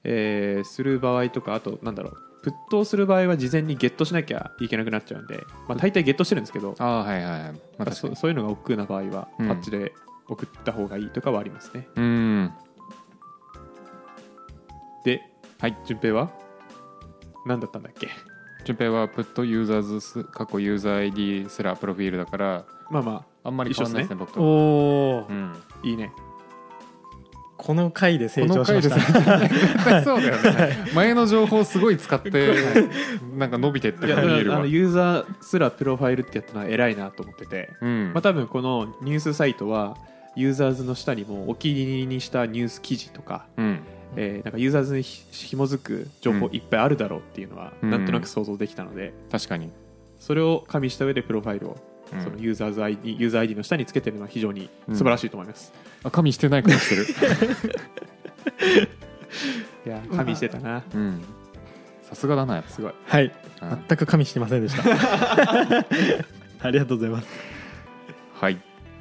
Speaker 2: えーする場合とかあとなんだろうプットをする場合は事前にゲットしなきゃいけなくなっちゃうんで、まあ、大体ゲットしてるんですけど、
Speaker 1: ああーはいはいはい、まあ、確か
Speaker 2: そう
Speaker 1: に
Speaker 2: そういうのが億劫な場合は、
Speaker 1: うん
Speaker 2: パッチで送った方がいいとかはありますね
Speaker 1: うん
Speaker 2: で、
Speaker 1: はい、
Speaker 2: 順平は何だったんだっけ
Speaker 1: 順平はプットユーザーズす過去ユーザー ID すらプロフィールだから
Speaker 2: まあま
Speaker 1: あんまり変わんないですね僕と、
Speaker 3: おお、
Speaker 1: うん、
Speaker 2: あいいね
Speaker 3: この回で成
Speaker 1: こ
Speaker 3: 長
Speaker 1: の
Speaker 3: し
Speaker 1: 回
Speaker 3: まし
Speaker 1: で
Speaker 3: た
Speaker 1: 絶対 *laughs* そうだよね前の情報すごい使ってなんか伸びてって
Speaker 2: いや
Speaker 1: 感じ
Speaker 2: だから
Speaker 1: る
Speaker 2: あ
Speaker 1: わ
Speaker 2: のユーザーすらプロファイルってやったのは偉いなと思ってて、
Speaker 1: うん
Speaker 2: まあ、多分このニュースサイトはユーザーズの下にもお気に入りにしたニュース記事とか,、
Speaker 1: うん
Speaker 2: えーなんかユーザーズにひ紐づく情報いっぱいあるだろうっていうのは
Speaker 1: うん
Speaker 2: なんとなく想像できたので、
Speaker 1: 確かに、
Speaker 2: それを加味した上でプロファイルを
Speaker 1: うん
Speaker 2: そのユーザーズ ID,、ユーザー ID の下につけてるのは非常に素晴らしいと思います、
Speaker 1: あ加味してないことしてる、
Speaker 2: いやー加味してたな
Speaker 1: うん、さすがだなやっ
Speaker 2: すごい
Speaker 3: はい
Speaker 1: ぱ、うん
Speaker 3: 全く加味してませんでした *laughs* ありがとうございます
Speaker 1: はい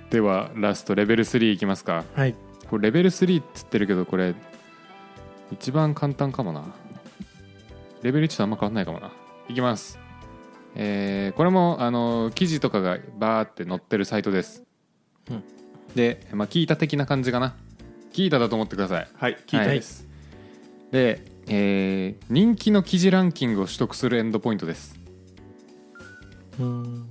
Speaker 1: ではラストレベル3いきますか
Speaker 3: はい
Speaker 1: これレベル3っつってるけどこれ一番簡単かもなレベル1とあんま変わんないかもないきますえーこれもあの記事とかがバーって載ってるサイトです、
Speaker 3: うん
Speaker 1: で、まあ、聞いた的な感じかな聞いただと思ってください
Speaker 2: はい聞いたです、
Speaker 1: で、えー人気の記事ランキングを取得するエンドポイントです
Speaker 3: うん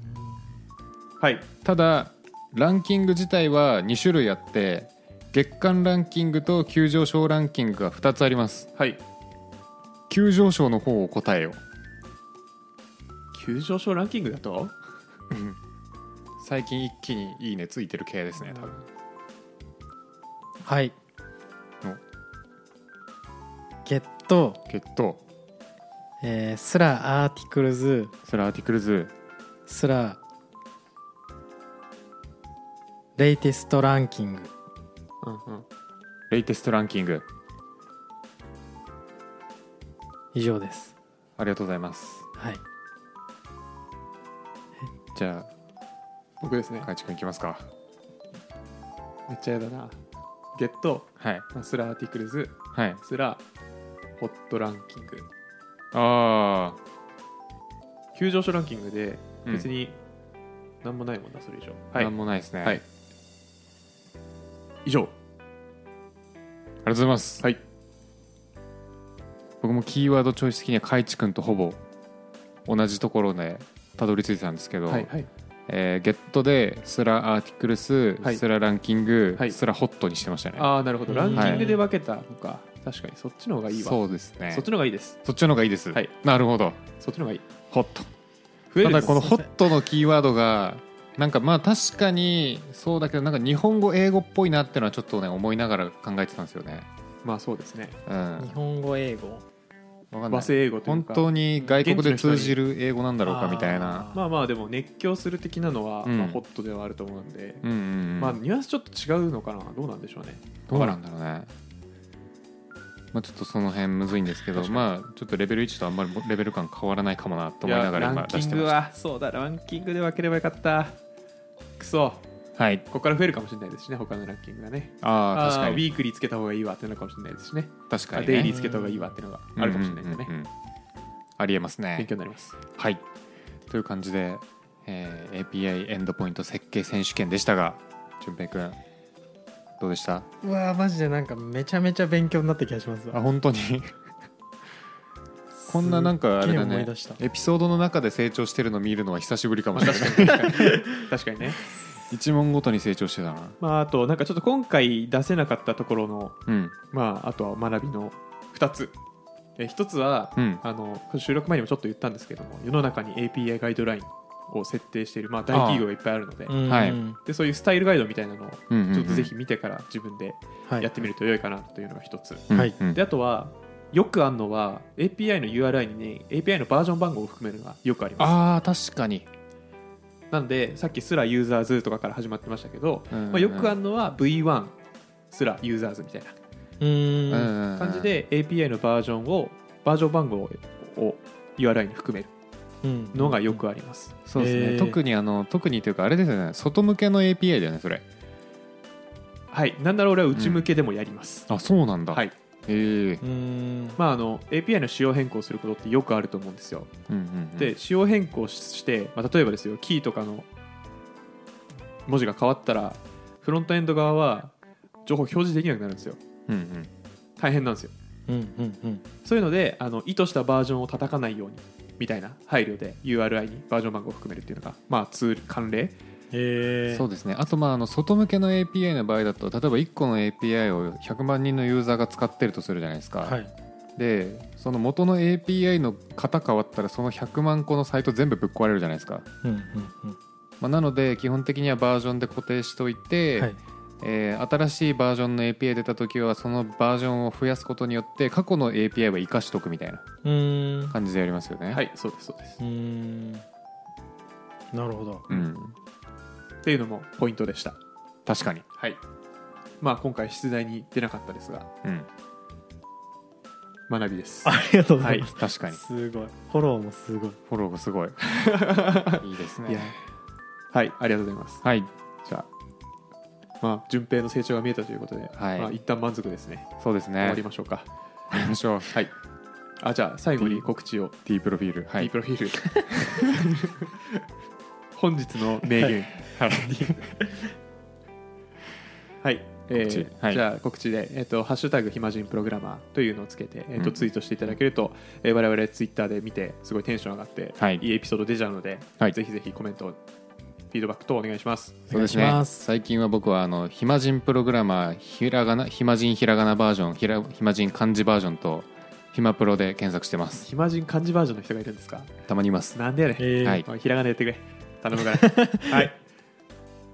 Speaker 2: はい
Speaker 1: ただランキング自体は2種類あって月間ランキングと急上昇ランキングが2つあります
Speaker 2: はい
Speaker 1: 急上昇の方を答えよ
Speaker 2: 急上昇ランキングだと
Speaker 1: 最近一気にいいねついてる系ですね多分
Speaker 3: はい
Speaker 1: お
Speaker 3: ゲット、
Speaker 1: ゲット
Speaker 3: えースラアーティクルズ
Speaker 1: それアーティクルズ
Speaker 3: スラレイテストランキング
Speaker 2: うんうん
Speaker 1: レイテストランキング
Speaker 3: 以上です
Speaker 1: ありがとうございます
Speaker 3: はい
Speaker 1: じゃ
Speaker 2: 僕ですね
Speaker 1: あかいちくんいきますか
Speaker 2: めっちゃやだなゲット
Speaker 1: はい
Speaker 2: まあスラアーティクルズ
Speaker 1: はい
Speaker 2: すらホットランキング
Speaker 1: ああ
Speaker 2: 急上昇ランキングで
Speaker 1: うん
Speaker 2: 別に何もないもんなそれ以上、
Speaker 1: な
Speaker 2: は
Speaker 1: んもないですね、
Speaker 2: い、はい、以上
Speaker 1: ありがとうございます、
Speaker 2: はい
Speaker 1: 僕もキーワードチョイス的にはかいちくんとほぼ同じところでたどり着いてたんですけど、
Speaker 2: はいはい
Speaker 1: えーゲットでスラアーティクルス、
Speaker 2: はい
Speaker 1: スラランキング、
Speaker 2: はい
Speaker 1: スラホットにしてましたね
Speaker 2: ああなるほど
Speaker 3: うん
Speaker 2: ランキングで分けたのか、確かにそっちの方がいいわそ,、
Speaker 1: そうですね
Speaker 2: っちの方がいいです
Speaker 1: そっちの方がいいです、
Speaker 2: はい
Speaker 1: なるほど
Speaker 2: そっちの方がいい
Speaker 1: ホット
Speaker 2: 増え
Speaker 1: た
Speaker 2: るで
Speaker 1: だ
Speaker 2: す
Speaker 1: このホットのキーワードがなんかまあ確かにそうだけどなんか日本語英語っぽいなってのはちょっとね思いながら考えてたんですよね
Speaker 2: まあそうですね
Speaker 1: うんわ
Speaker 3: 日本語英語
Speaker 1: かんな
Speaker 2: 和
Speaker 1: い
Speaker 2: 製英語という
Speaker 1: 本
Speaker 2: か
Speaker 1: 当に外国で通じる英語なんだろうかみたい
Speaker 3: あ
Speaker 1: な
Speaker 3: ー
Speaker 2: まあまあでも熱狂する的なのは、
Speaker 1: うん
Speaker 2: まあ、ホットではあると思うんで、
Speaker 1: うんうんうん
Speaker 2: まあニュアンスちょっと違うのかなどうなんでしょうね
Speaker 1: どうなんだろうねまあちょっとその辺むずいんですけど
Speaker 2: 確かに
Speaker 1: まあちょっとレベル1とあんまりレベル感変わらないかもなと思いながら
Speaker 2: いや
Speaker 1: 今
Speaker 2: ランキ
Speaker 1: 出し
Speaker 2: ン
Speaker 1: て
Speaker 2: グ
Speaker 1: まし
Speaker 2: はそうだランキングで分ければよかったくそ
Speaker 1: たはい
Speaker 2: ここから増えるかもしれないですしね他のランキングがね
Speaker 1: ああ確
Speaker 2: あ
Speaker 1: か
Speaker 2: ーウ
Speaker 1: に
Speaker 2: ィークリーつけた方がいいわってなるかもしれないですしね
Speaker 1: 確か
Speaker 2: あ
Speaker 1: に
Speaker 2: デイリ
Speaker 1: ね
Speaker 2: ーつけた方がいいわっていうのがあるかもしれないですね、
Speaker 1: うんうんうんうんありえますね
Speaker 2: 勉強になります *laughs*
Speaker 1: はいという感じで、えー API エンドポイント設計選手権でしたが淳平君どうでした
Speaker 3: うわーマジでなんかめちゃめちゃ勉強になった気がします
Speaker 1: あ
Speaker 3: わ
Speaker 1: 本当に *laughs* こんななんかあれだ
Speaker 3: すっげー思い
Speaker 1: ね
Speaker 3: 出した
Speaker 1: エピソードの中で成長してるの見るのは久しぶりかもしれない
Speaker 2: 確かにね、
Speaker 1: *laughs* 一問ごとに成長してたな
Speaker 2: まあ、あとなんかちょっと今回出せなかったところの、
Speaker 1: うん
Speaker 2: まあ、あとは学びの2つえ1つは、
Speaker 1: うん
Speaker 2: あの収録前にもちょっと言ったんですけども世の中に API ガイドラインを設定している、まあ、大企業がいっぱいあるので,、
Speaker 1: はい
Speaker 3: うん
Speaker 2: でそういうスタイルガイドみたいなのを
Speaker 1: うんうんうん
Speaker 2: ちょっとぜひ見てから自分で
Speaker 3: はい
Speaker 2: やってみると良いかなというのが一つ、
Speaker 1: うん
Speaker 3: はい
Speaker 1: うん
Speaker 2: であとはよくあるのは API の URI に API のバージョン番号を含めるのがよくあります
Speaker 1: ああ確かに、
Speaker 2: なのでさっきすらユーザーズとかから始まってましたけど、
Speaker 1: うんうん
Speaker 2: まあ、よくあるのは V1 すらユーザーズみたいな
Speaker 3: うーん
Speaker 1: うん
Speaker 2: 感じで API のバージョンをバージョン番号を URI に含める
Speaker 3: うん
Speaker 2: のがよくあります、
Speaker 1: そうですね、
Speaker 3: えー
Speaker 1: 特にあの特にというかあれですよね外向けの API だよねそれ
Speaker 2: はいなんなら俺は内向けでもやります、
Speaker 1: あそうなんだ
Speaker 2: はいい
Speaker 1: ええ
Speaker 3: うーん
Speaker 2: まあ、あの API の仕様変更することってよくあると思うんですよ
Speaker 1: うんうんうん
Speaker 2: で仕様変更して、まあ、例えばですよキーとかの文字が変わったらフロントエンド側は情報表示できなくなるんですよ
Speaker 1: うんうん
Speaker 2: 大変なんですよ
Speaker 3: うんうん
Speaker 2: そういうのであの意図したバージョンを叩かないようにみたいな配慮で URI にバージョン番号を含めるっていうのが、まあ、ツール慣例
Speaker 3: え
Speaker 1: そうですねあとまああの外向けの API の場合だと例えば1個の API を100万人のユーザーが使ってるとするじゃないですか、
Speaker 3: はい
Speaker 1: でその元の API の型変わったらその100万個のサイト全部ぶっ壊れるじゃないですか、
Speaker 3: うんうん
Speaker 1: まあ、なので基本的にはバージョンで固定しておいて、
Speaker 3: うんはい
Speaker 1: えー新しいバージョンの API 出た時はそのバージョンを増やすことによって過去の API は生かしとくみたいな
Speaker 3: うーんう
Speaker 1: 感じでやりますよね、
Speaker 2: はいいそうですそうです
Speaker 3: ーんなるほど
Speaker 1: うん、
Speaker 2: っていうのもポイントでした
Speaker 1: 確かに、
Speaker 2: はいまあ今回出題に出なかったですが
Speaker 1: うん、
Speaker 2: 学びです
Speaker 3: ありがとうございます
Speaker 1: 確かに
Speaker 3: すごいフォローもすごい
Speaker 1: *laughs* フォローがすごい *laughs* いいです
Speaker 2: いや
Speaker 1: ね
Speaker 2: はいありがとうございます
Speaker 1: はい
Speaker 2: じゃあまあ順平の成長が見えたということで、
Speaker 1: はい
Speaker 2: まあ、一旦満足ですね
Speaker 1: そうです
Speaker 2: 終
Speaker 1: ね
Speaker 2: わりましょうか
Speaker 1: 終わりましょう
Speaker 2: はいあじゃあ最後に告知を
Speaker 1: D プロフィールは
Speaker 2: D
Speaker 1: い
Speaker 2: プロフィール *laughs* 本日の名言はい、えー
Speaker 1: 告知はい
Speaker 2: じゃあ告知で、えっと「ハッシュタグ暇人プログラマー」というのをつけて、えっ
Speaker 1: う
Speaker 2: と
Speaker 1: ん
Speaker 2: ツイートしていただけると、えー、我々ツイッターで見てすごいテンション上がって、
Speaker 1: はい
Speaker 2: いエピソード出ちゃうので、
Speaker 1: はい
Speaker 2: ぜひぜひコメントフィードバックとお願いします
Speaker 1: そうですね
Speaker 3: お願いします
Speaker 1: 最近は僕はあの暇人プログラマーひらがな暇人ひらがなバージョンひら暇人漢字バージョンと暇プロで検索してます
Speaker 2: 暇人漢字バージョンの人がいるんですか
Speaker 1: たまにいます
Speaker 2: なんでやねん、
Speaker 3: えー
Speaker 1: はい
Speaker 2: おいひらがなやってくれ頼むから
Speaker 3: *laughs*
Speaker 2: はい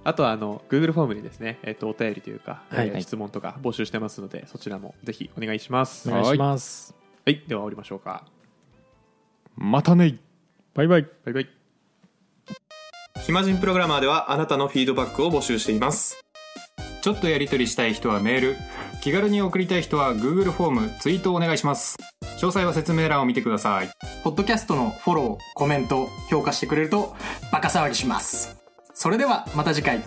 Speaker 2: あとはあの Google フォームにですね、えっとお便りというか、
Speaker 3: はい
Speaker 2: えー質問とか募集してますのでそちらもぜひお願いします
Speaker 3: お
Speaker 2: は
Speaker 3: 願いします
Speaker 2: いでは終わりましょうか
Speaker 1: またね
Speaker 3: バイバイ
Speaker 2: バイバイ
Speaker 4: 暇人プログラマーではあなたのフィードバックを募集しています
Speaker 1: ちょっとやり取りしたい人はメール気軽に送りたい人は Google フォームツイートお願いします詳細は説明欄を見てください
Speaker 5: ポッドキャストのフォロー、コメント、評価してくれるとバカ騒ぎします。それではまた次回。